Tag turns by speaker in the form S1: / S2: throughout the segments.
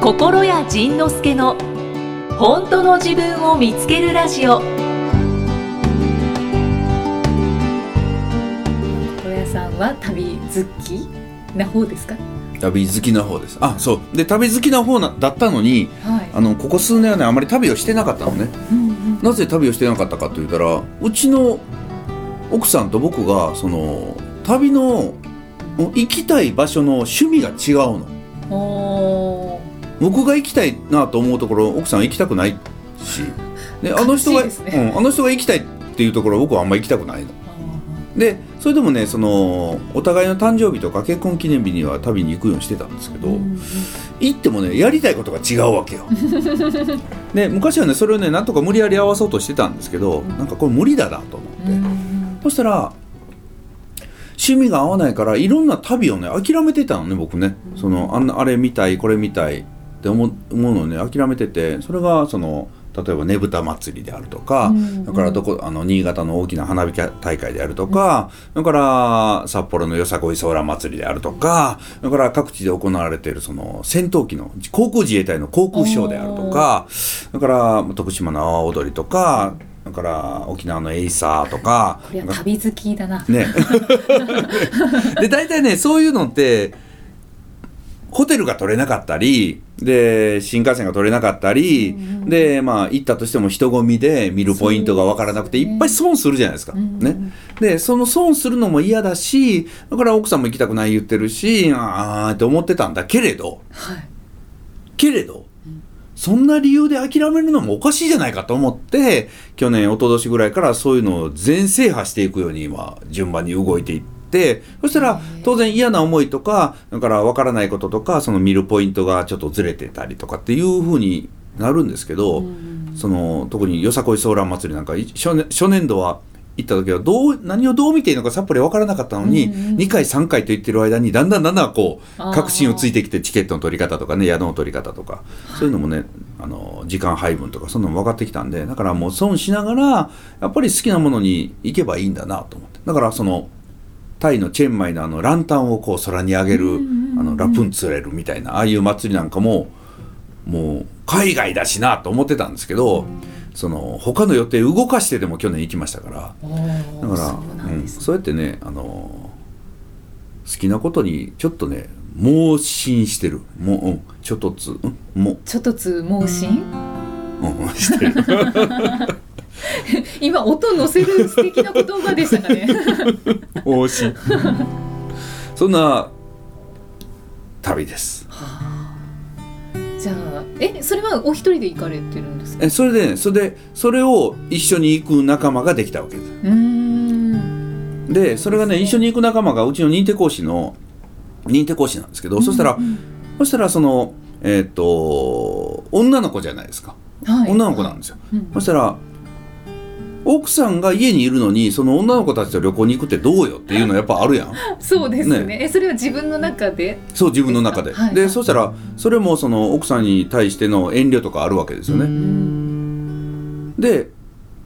S1: 心谷仁之助の本当の自分を見つけるラジオ心谷さんは旅好きな方ですか
S2: 旅好きな方ですあそうで旅好きな方なだったのに
S1: はい
S2: あのここ数年はねあまり旅をしてなかったのね
S1: うんうん
S2: なぜ旅をしてなかったかと言ったらうちの奥さんと僕がその旅のもう行きたい場所の趣味が違うの
S1: おー
S2: 僕が行きたいなと思うところ奥さんは行きたくないしであの人が、
S1: 悲しいです
S2: うん、あの人が行きたいっていうところ僕はあんまり行きたくないのでそれでもねそのお互いの誕生日とか結婚記念日には旅に行くようにしてたんですけど、
S1: うんうん
S2: 行ってもねやりたいことが違う わけよで昔はねそれをねなんとか無理やり合わそうとしてたんですけど、
S1: ん
S2: なんかこれ無理だなと思って、
S1: うん
S2: そしたら趣味が合わないからいろんな旅をね諦めてたのね僕ねそのあんなあれ見たいこれ見たいって思う思うのをね諦めててそれがその例えばねぶた祭りであるとか、
S1: うん
S2: だからどこあの新潟の大きな花火大会であるとか、だから札幌のよさこいソーラー祭りであるとか、だから各地で行われているその戦闘機の航空自衛隊の航空ショーであるとか、だから徳島の阿波踊りとか、だから沖縄のエイサーとか、
S1: これは
S2: なんか
S1: 旅好きだな
S2: ね。で、大体ね、そういうのって、ホテルが取れなかったり、で、新幹線が取れなかったり、
S1: うんうん
S2: で、まあ、行ったとしても人混みで見るポイントが分からなくて、
S1: そうですね
S2: いっぱい損するじゃないですか。
S1: うんうん
S2: ね。で、その損するのも嫌だし、だから奥さんも行きたくない言ってるし、あーって思ってたんだけれど、
S1: はい
S2: けれど、そんな理由で諦めるのもおかしいじゃないかと思って、去年、一昨年ぐらいからそういうのを全制覇していくように今、順番に動いていって、そした
S1: へ
S2: ら
S1: え
S2: 当然嫌な思いとか、だから分からないこととか、その見るポイントがちょっとずれてたりとかっていう風になるんですけど、
S1: うん
S2: その特によさこいソーラン祭りなんかい初年初年度は行った時はどう何をどう見ていいのかさっぱり分からなかったのに、
S1: うんうん
S2: 2回3回と言ってる間にだんだんだんだんこう
S1: あー
S2: 確信をついてきてチケットの取り方とかね宿の取り方とかそういうのもねあの時間配分とかそんなのも分かってきたんでだからもう損しながらやっぱり好きなものに行けばいいんだなと思ってだからそのタイのチェンマイのあのランタンをこう空に上げる、
S1: うんうんうん
S2: あのラプンツェルみたいなああいう祭りなんかももう海外だしなと思ってたんですけど、その他の予定動かしてでも去年行きましたから
S1: お
S2: だ
S1: ー
S2: から
S1: そうなんですね
S2: そうやってねあの好きなことにちょっとね盲信してるもう、うん、ちょっとつ、うん、も
S1: ちょっとつ盲信
S2: う、うん、してる
S1: 今音乗せる素敵な言葉でしたかね
S2: 盲信そんな旅です
S1: じゃあえそれはお一人で行かれてるんですか
S2: えそれでねそれでそれを一緒に行く仲間ができたわけです
S1: うーん
S2: でそれがね一緒に行く仲間がうちの認定講師の認定講師なんですけど、そしたら
S1: うんうん
S2: そしたらそのえーっ、と女の子じゃないですか、
S1: はい
S2: 女の子なんですよ、
S1: うん
S2: そしたら奥さんが家にいるのにその女の子たちと旅行に行くってどうよっていうのやっぱあるやん
S1: そうですね
S2: ね
S1: えそれは自分の中で
S2: そう自分の中で、
S1: はい
S2: でそしたらそれもその奥さんに対しての遠慮とかあるわけですよね、で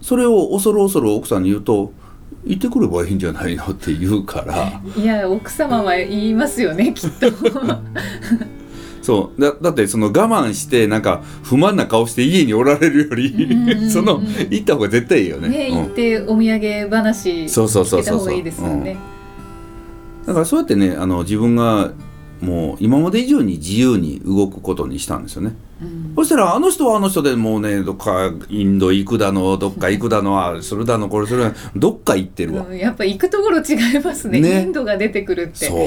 S2: それを恐る恐る奥さんに言うと「行ってくればいいんじゃないの?」って言うから。
S1: いや奥様は言いますよねきっと
S2: そうだだってその我慢してなんか不満な顔して家におられるよ
S1: うんうんう
S2: り
S1: ん
S2: その行った方が絶対いいよね
S1: ね
S2: うん
S1: 行ってお土産話
S2: そうそう
S1: 聞
S2: そう
S1: けた
S2: そう
S1: 方
S2: そ
S1: が
S2: う
S1: いいですよね
S2: うんだからそうやってねあの自分がもう今まで以上に自由に動くことにしたんですよね
S1: うん
S2: そしたらあの人はあの人でもうねどっかインド行くだのどっか行くだのあするだのこれするだのどっか行ってるわ
S1: うんやっぱ行くところ違いますね
S2: ね
S1: インドが出てくるって
S2: そう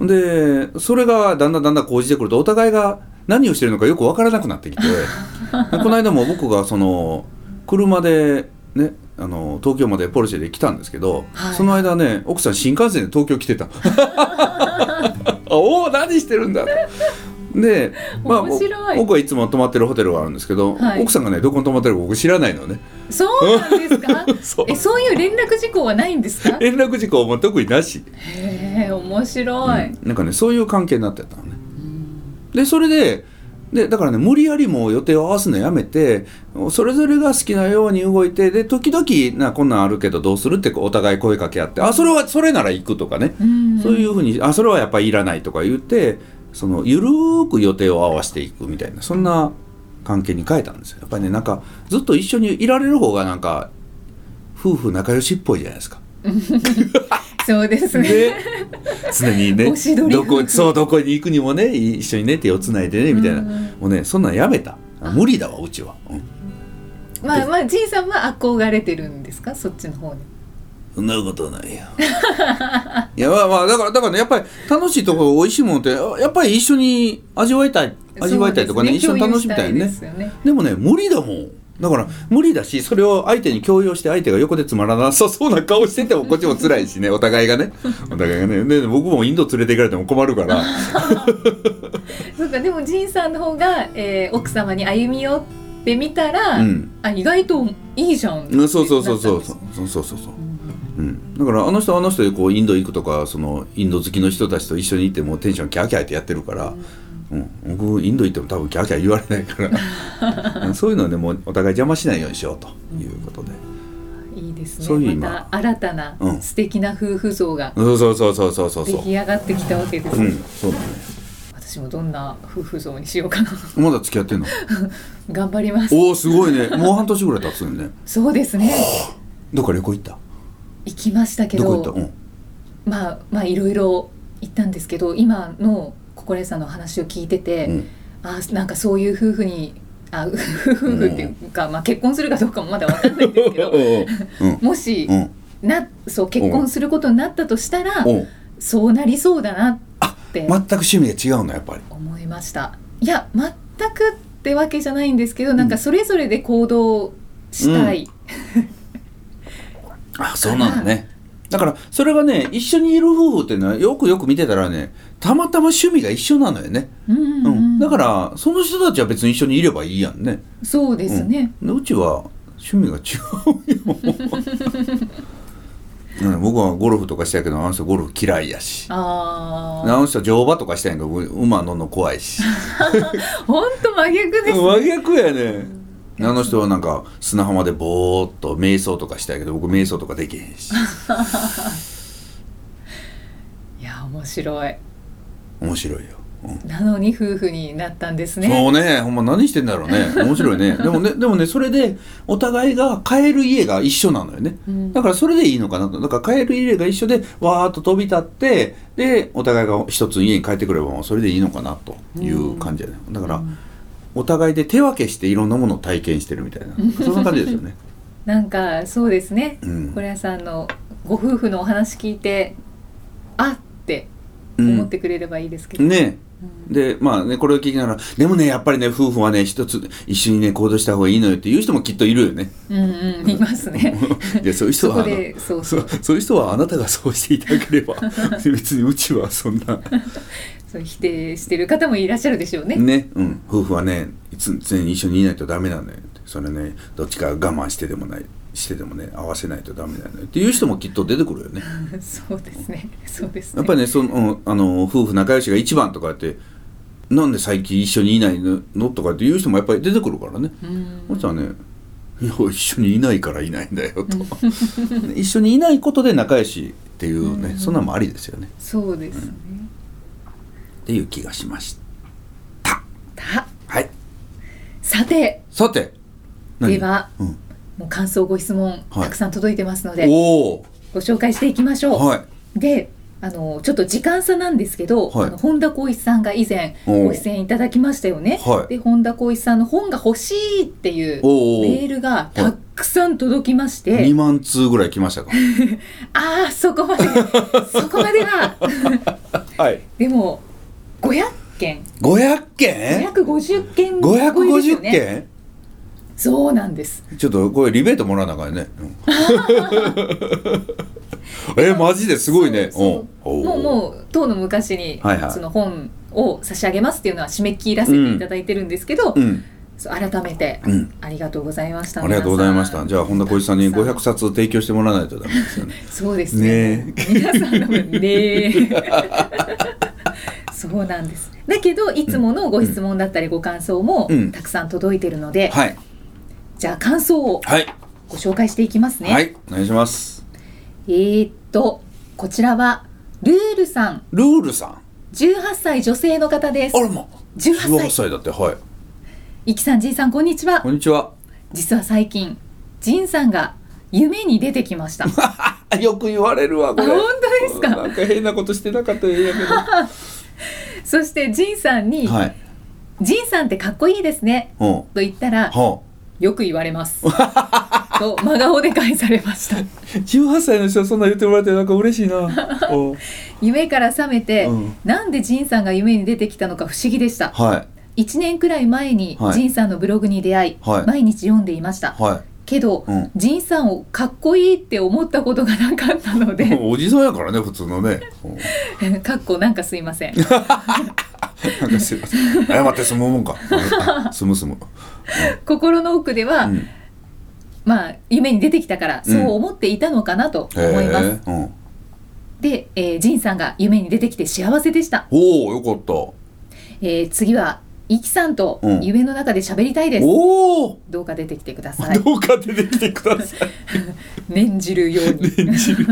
S2: でそれがだんだんだんだん講じてくるとお互いが何をしてるのかよく分からなくなって きてこの間も僕がその車でねあの東京までポルシェで来たんですけど、
S1: はい
S2: その間ね奥さん新幹線で東京来 てたおお何してるんだで、
S1: 面白い
S2: 僕はいつも泊まってるホテルがあるんですけど、
S1: はい
S2: 奥さんがねどこに泊まってるか僕知らないのね
S1: そうなんですか
S2: そう
S1: えそういう連絡事項はないんですか
S2: 連絡事項も特になし
S1: へえ面白い、
S2: うんなんかねそういう関係になってたのね、でそれででだからね無理やりもう予定を合わすのやめてそれぞれが好きなように動いてで時々なこんなんあるけどどうするってこうお互い声かけ合ってあそれはそれなら行くとかね、
S1: うん
S2: そういうふうにあそれはやっぱりいらないとか言ってそのゆるーく予定を合わせていくみたいなそんな関係に変えたんですよやっぱりねなんかずっと一緒にいられる方がなんか夫婦仲良しっぽいじゃないですか。
S3: そうですね
S2: ね、 常にね
S3: おしどり
S2: どこそうどこに行くにもねい一緒にね手をつないでねみたいな、
S3: うん
S2: もうねそんなんやめた無理だわうちは、うん
S3: まあまあじいさんは憧れてるんですかそっちの方に
S2: そんなことない よ。いやまあまあだからだからねやっぱり楽しいところ美味しいものってやっぱり一緒に味わいたい味わいたいとかね一緒
S3: そうで
S2: に
S3: す
S2: 楽しみたいよ
S3: 共有
S2: ね。
S3: したいですよね
S2: でもね無理だもん。だから無理だしそれを相手に強要して相手が横でつまらなさそうな顔しててもこっちも辛いしねお互いがねお互いがねで僕もインド連れて行かれても困るから
S3: そうかでもじいさんの方が、えー奥様に歩み寄ってみたら、
S2: うん
S3: あ意外といいじゃんって
S2: うんそうそうそうそう
S3: なった
S2: そ
S3: んで
S2: うそうそうそうそう
S3: すうん
S2: うん、だからあの人はあの人でこうインド行くとかそのインド好きの人たちと一緒にいてもうテンションキャーキャーってやってるから、うん僕インド行っても多分キャーキャー言われないか ら、うんそういうのはねもうお互い邪魔しないようにしようということで、
S3: いいですね
S2: そういう今
S3: また新たな
S2: うん
S3: 素敵な夫婦像が
S2: うん、そうそうそうそうそう
S3: 出
S2: そう
S3: 来上がってきたわけです、
S2: うんそうだね
S3: 私もどんな夫婦像にしようかな
S2: まだ付き合ってんの
S3: 頑張ります
S2: おおすごいねもう半年ぐらい経つよね
S3: そうですね
S2: どっか旅行行った
S3: 行きましたけ
S2: ど
S3: ど
S2: こ行った、うん、
S3: まあまあいろいろ行ったんですけど今の心得さんの話を聞いてて、
S2: うん
S3: あなんかそういう夫婦にあ 夫婦っていうか、まあ、結婚するかどうかもまだわかんないんですけど
S2: うん
S3: もし、
S2: うん
S3: なそう結婚することになったとしたら、
S2: うん
S3: そうなりそうだなって
S2: 全く趣味が違うのやっぱり
S3: 思いました。いや全くってわけじゃないんですけどなんかそれぞれで行動したい、
S2: あそうなんだねだからそれがね一緒にいる夫婦っていうのはよくよく見てたらねたまたま趣味が一緒なのよね、
S3: うんうん
S2: う
S3: うんん
S2: だからその人たちは別に一緒にいればいいやんね
S3: そうですね、
S2: うん、うちは趣味が違 うようん僕はゴルフとかしたいけどあの人ゴルフ嫌いやし
S3: あ
S2: あ
S3: あ
S2: の人乗馬とかしたいんやけど馬乗んの怖いし
S3: 本当真逆です、
S2: 真逆やねあの人はなんか砂浜でぼーっと瞑想とかしたいけど僕瞑想とかできへんし
S3: いや面白い
S2: 面白いよ、うん
S3: なのに夫婦になったんですね
S2: そうねほんま何してんだろ うね面白いねでもねでもねそれでお互いが帰る家が一緒なのよね、
S3: うん
S2: だからそれでいいのかなとだから帰る家が一緒でわーっと飛び立ってでお互いが一つの家に帰ってくればもうそれでいいのかなという感じだねだから、お互いで手分けしていろんなものを体験してるみたい なそんな感じですよね、
S3: なんかそうですね
S2: うん
S3: 小、屋さんのご夫婦のお話聞いてあって
S2: う
S3: 思っ
S2: ん
S3: てくれればいいですけど、
S2: ね
S3: うん
S2: でまあねこれを聞きながらでもねやっぱりね夫婦はね一つ一緒にね行動した方がいいのよっていう人もきっといるよね
S3: うんうんいますね
S2: いやそういう人
S3: そ
S2: は
S3: こ
S2: あの
S3: でそうそ
S2: そううそういう人はあなたがそうしていた だければ別にうちはそんな
S3: そう否定してる方もいらっしゃるでしょうね
S2: ね、うん、夫婦はねいつ常に一緒にいないとダメなのよってそれねどっちかが我慢してでもないしてでもね合わせないとダメなのよっていう人もきっと出てくるよね
S3: そうですねそうですね
S2: やっぱりねその、うんあの夫婦仲良しが一番とかってなんで最近一緒にいないののとかっていう人もやっぱり出てくるからね
S3: うん
S2: そしたらねいや一緒にいないからいないんだよ と一緒にいないことで仲良しっていうねそんなのもありですよね
S3: そうですね、
S2: っていう気がしました
S3: た
S2: はい
S3: さて
S2: さて
S3: で
S2: 何
S3: は
S2: うん、
S3: もう感想ご質問、
S2: はい
S3: たくさん届いてますので
S2: お
S3: ご紹介していきましょ
S2: お
S3: う、
S2: はい
S3: であのちょっと時間差なんですけど、
S2: はい
S3: あの本田光一さんが以前
S2: おう
S3: ご出演いただきましたよね、
S2: はい
S3: で本田光一さんの本が欲しいっていう
S2: おうおう
S3: メールがたくさん届きまして、
S2: 2万通ぐらい来ましたか
S3: ああそこまで そこまで は
S2: はい
S3: でも500件
S2: 500件
S3: 550件超えですよ
S2: 550
S3: ね
S2: 件
S3: そうなんです
S2: ちょっとこれリベートもらわなあかんね、うん えマジですごいね
S3: そうそう
S2: お
S3: もう
S2: う
S3: もう当の昔に、
S2: はいはい
S3: その本を差し上げますっていうのは締め切らせていただいてるんですけど、
S2: うん
S3: そう改めて
S2: うん
S3: ありがとうございました。
S2: ありがとうございました
S3: 皆
S2: じゃあ本田浩一さんに500冊提供してもらわないとダメです よね
S3: さん。そうですね。
S2: ね
S3: 皆さんの分ね そうなんです。だけどいつものご質問だったりご感想も
S2: うん
S3: たくさん届いてるので、
S2: はい
S3: じゃあ感想を
S2: はい、
S3: ご紹介していきますね。
S2: はいお願いします
S3: えーっとこちらはルールさん
S2: ルールさん
S3: 18歳女性の方です
S2: あらま
S3: 18歳
S2: 歳だってはい
S3: いきさんじいさんこんにちは
S2: こんにちは
S3: 実は最近じんさんが夢に出てきました あ
S2: よく言われるわこ
S3: 本
S2: れ
S3: 当ですか
S2: なんか変なことしてなかったらええんやけど
S3: そしてじんさんに、
S2: はい
S3: ジンさんってかっこいいですね
S2: うんは
S3: と言ったら
S2: あ
S3: よく言われます と真顔で返されました
S2: 18歳の人はそんな言ってもらってなんか嬉し いなお
S3: 夢から覚めて、
S2: うん
S3: なんでジンさんが夢に出てきたのか不思議でした
S2: はい
S3: 1年くらい前に
S2: はい
S3: ジンさんのブログに出会い、
S2: はい
S3: 毎日読んでいました
S2: は
S3: けど、
S2: うん
S3: ジンさんをかっこいいって思ったことがなかったの
S2: い
S3: で
S2: おじさんやからね普通のねうん
S3: かっこなんかすいません
S2: なんかすいません謝って済むもん かうん済む済む
S3: 心の奥では、
S2: うん
S3: まあ夢に出てきたからそう思っていたのかなと思います、
S2: へえうん
S3: で、えージンさんが夢に出てきて幸せでした
S2: おおよかった
S3: えー次はイキさんと
S2: うん
S3: 夢の中で喋りたいです、
S2: おお
S3: どうか出てきてください
S2: どうか出てきてくださ い。
S3: 念じるよ うに
S2: 念じる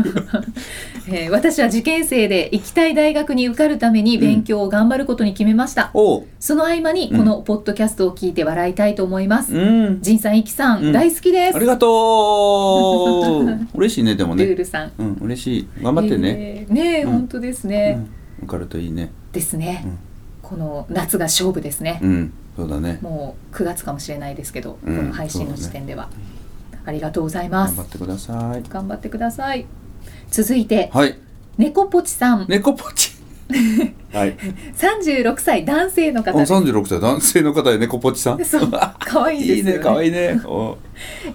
S3: えー私は受験生で行きたい大学に受かるために勉強を頑張ることに決めました、
S2: おう、
S3: その合間にこのポッドキャストを聞いて笑いたいと思います、
S2: うん、
S3: ジンさんイキさん、
S2: うん
S3: 大好きです
S2: ありがと う。嬉しいねでも
S3: ルー
S2: ね。
S3: ルさん
S2: うん、嬉しい。頑張ってね。
S3: えーねえ、
S2: うん
S3: 本当ですね、
S2: うん、受かるといいね。
S3: ですね、
S2: うん
S3: この夏が勝負ですね、
S2: うん、そうだね。
S3: もう9月かもしれないですけど、
S2: うん
S3: この配信の時点では、ありがとうございま
S2: 頑
S3: す
S2: 張ってください。
S3: 頑張ってください続いて
S2: はい、
S3: 猫ぽちさん
S2: 猫ポ チ。はい。
S3: 36歳男性の方
S2: あ、
S3: です
S2: 三十六歳男性の方で猫ポチさん。
S3: そう可愛いです
S2: い
S3: よ
S2: い
S3: ね
S2: ね、可愛いね。お、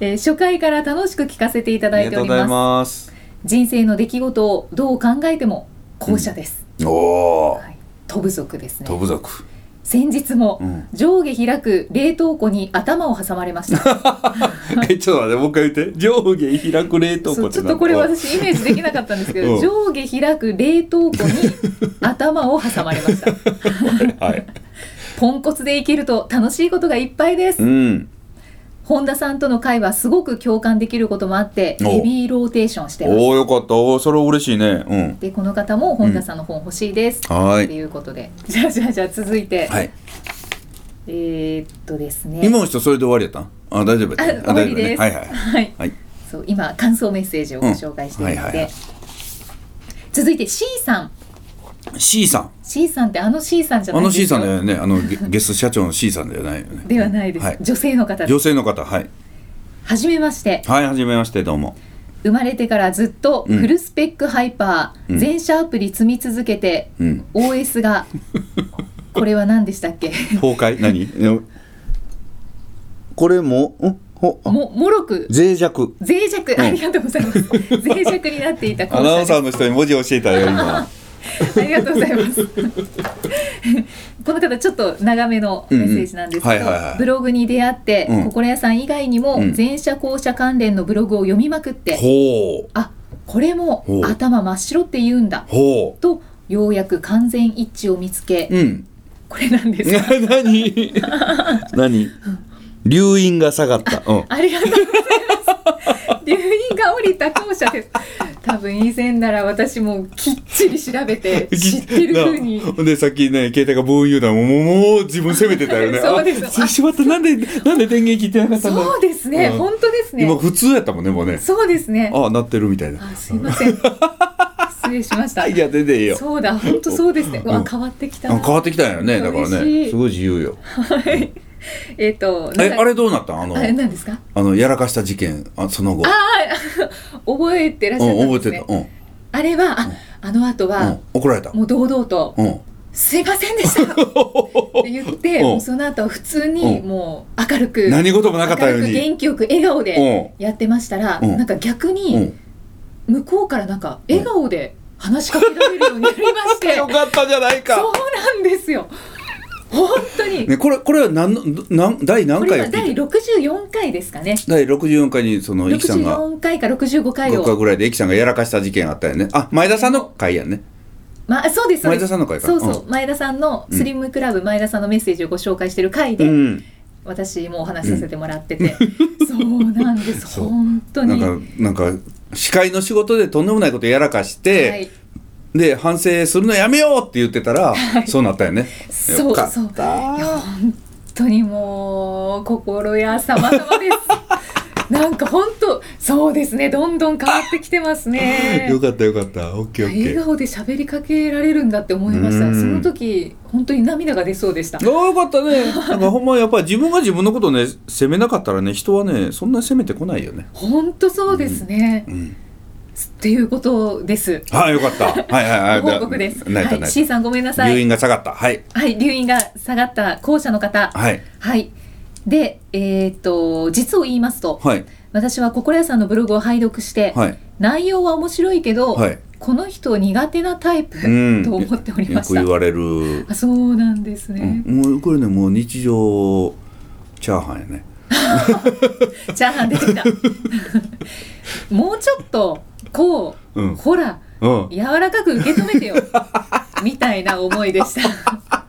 S3: えー初回から楽しく聞かせていた
S2: あ
S3: だ
S2: り
S3: い
S2: が
S3: て
S2: と
S3: お
S2: う
S3: り
S2: ござい
S3: ます
S2: ます。
S3: 人生の出来事をどう考えても後者です、
S2: おお
S3: は、い、飛ぶ族ですね
S2: 飛ぶ族。
S3: 先日も、
S2: うん。
S3: 上下開く冷凍庫に頭を挟まれました
S2: え、ちょっと待って、もう一回言って。上下開く冷凍
S3: そ
S2: 庫
S3: う
S2: っ
S3: ち
S2: て
S3: ょっ
S2: な
S3: と
S2: んか
S3: これ私イメージできなかったんですけど、
S2: うん
S3: 上下開く冷凍庫に頭を挟まれま した
S2: はい。
S3: ポンコツでいけると楽しいことがいっぱいです、
S2: うん。
S3: 本田さんとの会はすごく共感できることもあって
S2: おう
S3: ヘビーローテーションしてます
S2: おおよかったおーそれ嬉しいねうん
S3: でこの方も本田さんの本欲しいです、
S2: は
S3: って
S2: ーい
S3: いうことで じゃあじゃあじゃあ続いて、
S2: はい
S3: えー、っとですね
S2: 今の人それで終わりやったんあ大丈夫
S3: あ
S2: やった
S3: 終わりです、
S2: あ大丈夫ねはいはい
S3: はい
S2: はい
S3: そう今感想メッセージをご紹介していて、
S2: うんはいはいはい
S3: 続いて C さん
S2: C さん
S3: C さんってあの C さんじゃ
S2: あ
S3: ない
S2: の
S3: ですよ
S2: C さんだよねあのゲゲス社長の C さんではないよね
S3: ではないです、
S2: はい、
S3: 女性の方で
S2: 女
S3: す
S2: 性の方はい
S3: はじめまして
S2: はいはじめましてどうも
S3: 生まれてからずっと
S2: うん
S3: フルスペックハイパー、
S2: うん
S3: 全社アプリ積み続けて、
S2: うん
S3: OS がこれは何でしたっけ
S2: 崩 壊何ねこれもんほあ
S3: ももろく
S2: 脆弱
S3: 脆弱、
S2: ん
S3: ありがとうございます脆弱になっていたこ
S2: ア
S3: の
S2: ナウ
S3: 社
S2: ンサ
S3: で
S2: ーの人に文字教えたよ 今
S3: すありがとうございます この方ちょっと長めのメッセージなんですけ
S2: うん
S3: ど、
S2: うんはいはいはい
S3: ブログに出会って、
S2: うん
S3: 心屋さん以外にも
S2: うん
S3: 全社公社関連のブログを読みまくって、
S2: ほう
S3: あこれも
S2: ほう
S3: 頭真っ白って言うんだ
S2: ほ
S3: とようやく完全一致を見つけ、
S2: ううん
S3: これなんです
S2: な 何何流飲が下がったうん
S3: ありがとうございます留飲が降りた校舎です多分以前なら私もきっちり調べて知ってる風に
S2: なほんでさっきね携帯がブーン言うたらもうもうもう自分責めてたよね
S3: そうです
S2: あししまったなんでなんで電源切ってなかったんだ
S3: そうですね、
S2: うん
S3: 本当ですね
S2: 今普通やったもんねもうね
S3: そうですね
S2: ああなってるみたいな
S3: あすいません失礼しました
S2: いや出ていいよ
S3: そうだ本当そうですねうわ、
S2: うん
S3: 変わってきた
S2: あ
S3: な
S2: 変わってきたんやねだか
S3: 嬉
S2: ら
S3: し
S2: ね
S3: い
S2: すごい自由よ
S3: えっ、と
S2: え
S3: なんか
S2: あれどうなったんあの
S3: あれなんですか
S2: あのやらかした事件あその後
S3: 覚えてらっしゃ
S2: う
S3: っ
S2: ん
S3: たん
S2: 覚
S3: で
S2: え
S3: すね、
S2: てたうん
S3: あれはああの後
S2: う
S3: は
S2: ん、怒られた
S3: もう堂々と
S2: うん
S3: 「すいませんでした!」って言って、
S2: うん
S3: もうその後は普通に
S2: うん
S3: もう明るく、
S2: 何事もなかった
S3: 明
S2: よう
S3: るく
S2: に
S3: 元気よく笑顔で
S2: う
S3: やってましたら、
S2: うん
S3: なんか逆
S2: んう
S3: に
S2: ん
S3: 向こうからなんか笑顔で話しかけられるようになりま して、
S2: よかったじゃない
S3: そ
S2: か
S3: うなんですよ本当に、
S2: ねこれこれは何のど何第
S3: こ
S2: 何
S3: れ
S2: 回を
S3: は
S2: 聞い
S3: 第
S2: て
S3: 64回ですかね
S2: 第64回にそのイキさんが
S3: 64回か65回
S2: 5回
S3: を、
S2: ぐらいで駅さんがやらかした事件あったよねあ前田さんの回やんね
S3: まあ、そうですそう
S2: 前
S3: で
S2: 田
S3: す
S2: さんの回か
S3: そうそう、前田さんのスリムクラブ前田さんのメッセージをご紹介してる回
S2: う
S3: で、
S2: ん、
S3: 私もお話しさせてもらってて、そうなんです
S2: そう
S3: 本当
S2: な
S3: に
S2: んかなんか司会の仕事でとんでもないことやらかして、
S3: はい
S2: で反省するのやめようって言ってたら、そうなったよね
S3: そう
S2: よかった
S3: そういや本当にもう心屋様々 ですなんか本当そうですねどんどん変わってきてますね
S2: よかったよかったオッケーオッケ
S3: 笑
S2: ー
S3: 顔で喋りかけられるんだって思いました
S2: うん
S3: その時本当に涙が出そうでした
S2: ああよかったねなんかほんまやっぱり自分が自分のことをね責めなかったらね人はねそんなに責めてこないよね
S3: 本当そうですね、
S2: うん
S3: っていうことです
S2: ああよかったはいはいはい
S3: ご報告です、
S2: 泣いた
S3: はい、
S2: 泣い
S3: C さんごめんな
S2: た
S3: さ
S2: 留
S3: い
S2: 飲が下がったはい
S3: はい留飲が下がった後者の方
S2: はい
S3: はいでえーっと実を言いますと、
S2: はい
S3: 私は心屋さんのブログを拝読して、
S2: はい
S3: 内容は面白いけど、
S2: はい
S3: この人苦手なタイプ、
S2: うん
S3: と思っており
S2: よ
S3: まし
S2: く
S3: た
S2: 言われる
S3: あそうなんですね、
S2: うん、もうこれねもう日常チャーハンやね
S3: チャーハン出てきたもうちょっとこう、
S2: うん
S3: ほら
S2: うん
S3: 柔らかく受け止めてよみたいな思いでした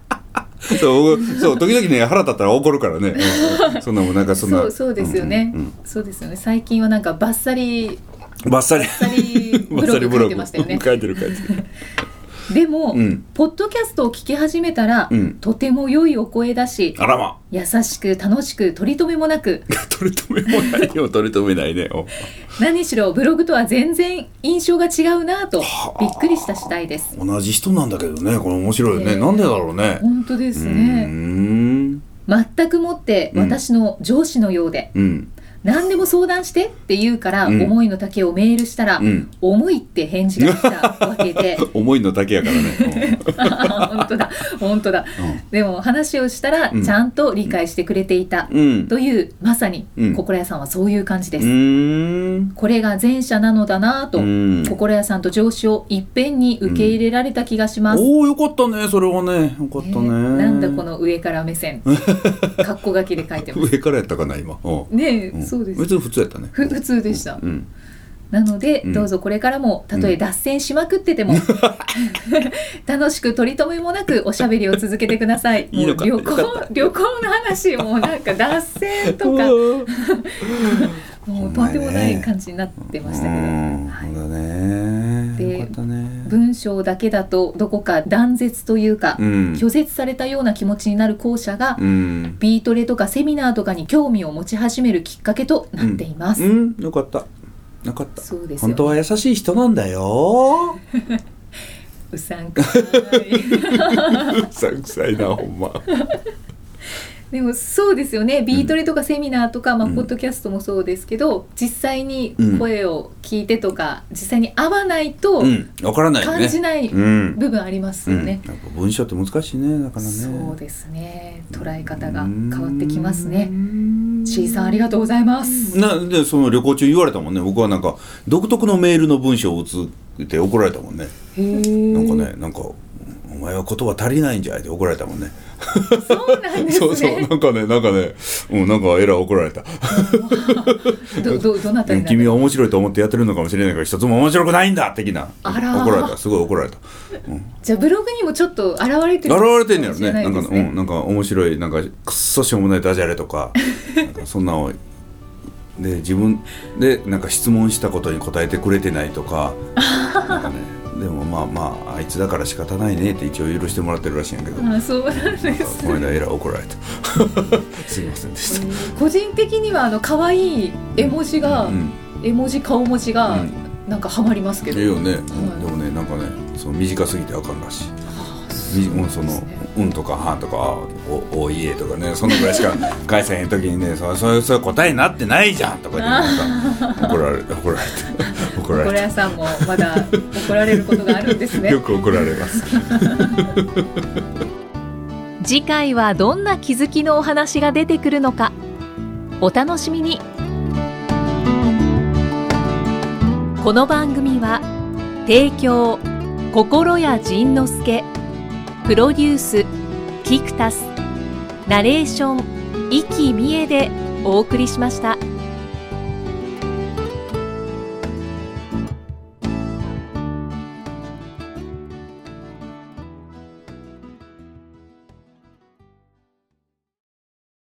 S2: そうそう時々ね腹立ったら怒るからね、うんそんなもんなんかそんな
S3: そうそうですよね、
S2: うんうん
S3: そうですよね最近はなんかバッサリ
S2: うんバッサリ
S3: バッサリ
S2: バ
S3: ブ
S2: ッサ
S3: ロ
S2: リ
S3: グ
S2: ブ
S3: 書い
S2: ロ
S3: て
S2: グ
S3: ましたよね
S2: 書いてる書いてる
S3: でも、
S2: うん
S3: ポッドキャストを聞き始めたら、
S2: うん
S3: とても良いお声だし
S2: あらま
S3: 優しく楽しく取り留めもな く
S2: 取り留めもないよ取り留めないねお
S3: 何しろブログとは全然印象が違うなぁとびっくりした次第です
S2: 同じ人なんだけどねこれ面白いよね、
S3: ええ
S2: なんでだろうね
S3: 本当です
S2: うー
S3: ね
S2: ん
S3: 全くもって私の上司のようで、
S2: うん
S3: 何でも相談してって言うから、
S2: うん
S3: 思いの丈をメールしたら、
S2: うん
S3: 思いって返事が来たわけ で
S2: 思いの丈やからね、
S3: 本当だ本当だでも話をしたら
S2: うん
S3: ちゃんと理解してくれていた
S2: うん、うん
S3: というまさに
S2: うん
S3: 心屋さんはそういう感じで
S2: う
S3: す、
S2: ーん
S3: これが前者なのだなぁと、
S2: うん
S3: 心屋さんと上司をいっぺんに受け入れられた気がします、
S2: おおよかったねそれはねよかったね、
S3: ねなんだこの上から目 線カッコ書きで書いてます
S2: 上からやったかな今、うん
S3: ねえ、
S2: ん
S3: そうです
S2: 別に普通やったね
S3: ふ普通でした
S2: うん
S3: なので、
S2: うん
S3: どうぞこれからもたとえ脱線しまくってて も、楽しく取り留めもなくおしゃべりを続けてください
S2: いいのか
S3: もう旅
S2: よかっ
S3: 行旅行の話もうなんか脱線と かもうとんでもない感じになってましたけど、
S2: うん
S3: は
S2: そ
S3: いう
S2: だね。
S3: で
S2: よかったね。
S3: 文章だけだとどこか断絶というか、
S2: うん。
S3: 拒絶されたような気持ちになる校舎が、
S2: うん。
S3: ビートレとかセミナーとかに興味を持ち始めるきっかけとなっています。
S2: うん、よかった。なかった。
S3: そうですよ、
S2: 本当は優しい人なんだよ。
S3: うさんくさい
S2: う さんくさいな、ほんま。
S3: でもそうですよねビートレとかセミナーとか、まあ、
S2: うん
S3: ポッドキャストもそうですけど、実際に声を聞いてとか、実際に会わないと
S2: うん、わからないよね。
S3: 感じない
S2: うん。
S3: 部分あります
S2: う
S3: よ
S2: ん、や
S3: ね
S2: っ。ぱ文章って難しいね、だからね。
S3: そうですね捉え方が変わってきますね
S2: う。ん
S3: C さんありがとうございます。
S2: なでその旅行中言われたもんね僕はなんか独特のメールの文章を打つって怒られたもんね
S3: な
S2: なんかねなんか「お前は言葉足りないんじゃい」って怒られたもんね
S3: そうなんですね。
S2: そうそう、 なんかね、なんかね、うん、なんかエラー怒られた。
S3: どどどなたになる
S2: 君は面白いと思ってやってるのかもしれないから、一つも面白くないんだ的な。
S3: あら
S2: 怒られた、すごい怒られた。
S3: じゃあブログにもちょっと現れてる
S2: 現れてんねやろね、
S3: か
S2: な
S3: もし
S2: ん
S3: れ
S2: か、
S3: いです
S2: うん、なんか面白い、なんか、くっそしょうもないダジャレとか。 なんかそんなの。で、自分で、なんか質問したことに答えてくれてないと か。なんかね、でも、まあ、まあ、あいつだから仕方ないねって、一応許してもらってるらしいんやけど。なんか
S3: あそうなんです
S2: この間エラー怒られた。 すいませんでした。
S3: 個人的にはあの可愛い絵文字が、
S2: うん。
S3: 絵文字顔文字が、
S2: うん
S3: なんかハマりますけど
S2: いいよね、
S3: い
S2: でもねなんかねその短すぎてあかんらしい
S3: あそう
S2: みうんその「うん」とか「は」とか「おおいえ」とかねそのぐらいし か返せへん時にね「そそそれ答えになってないじゃん」とかでなんか怒られ怒られ て怒ら
S3: 心
S2: れ
S3: 屋さんもまだ怒られることがあるんです
S2: て
S3: ね
S2: よく怒られます
S1: 次回はどんな気づきのお話が出てくるのかお楽しみにこの番組は提供心谷仁之助プロデュースキクタスナレーション生きみえでお送りしました。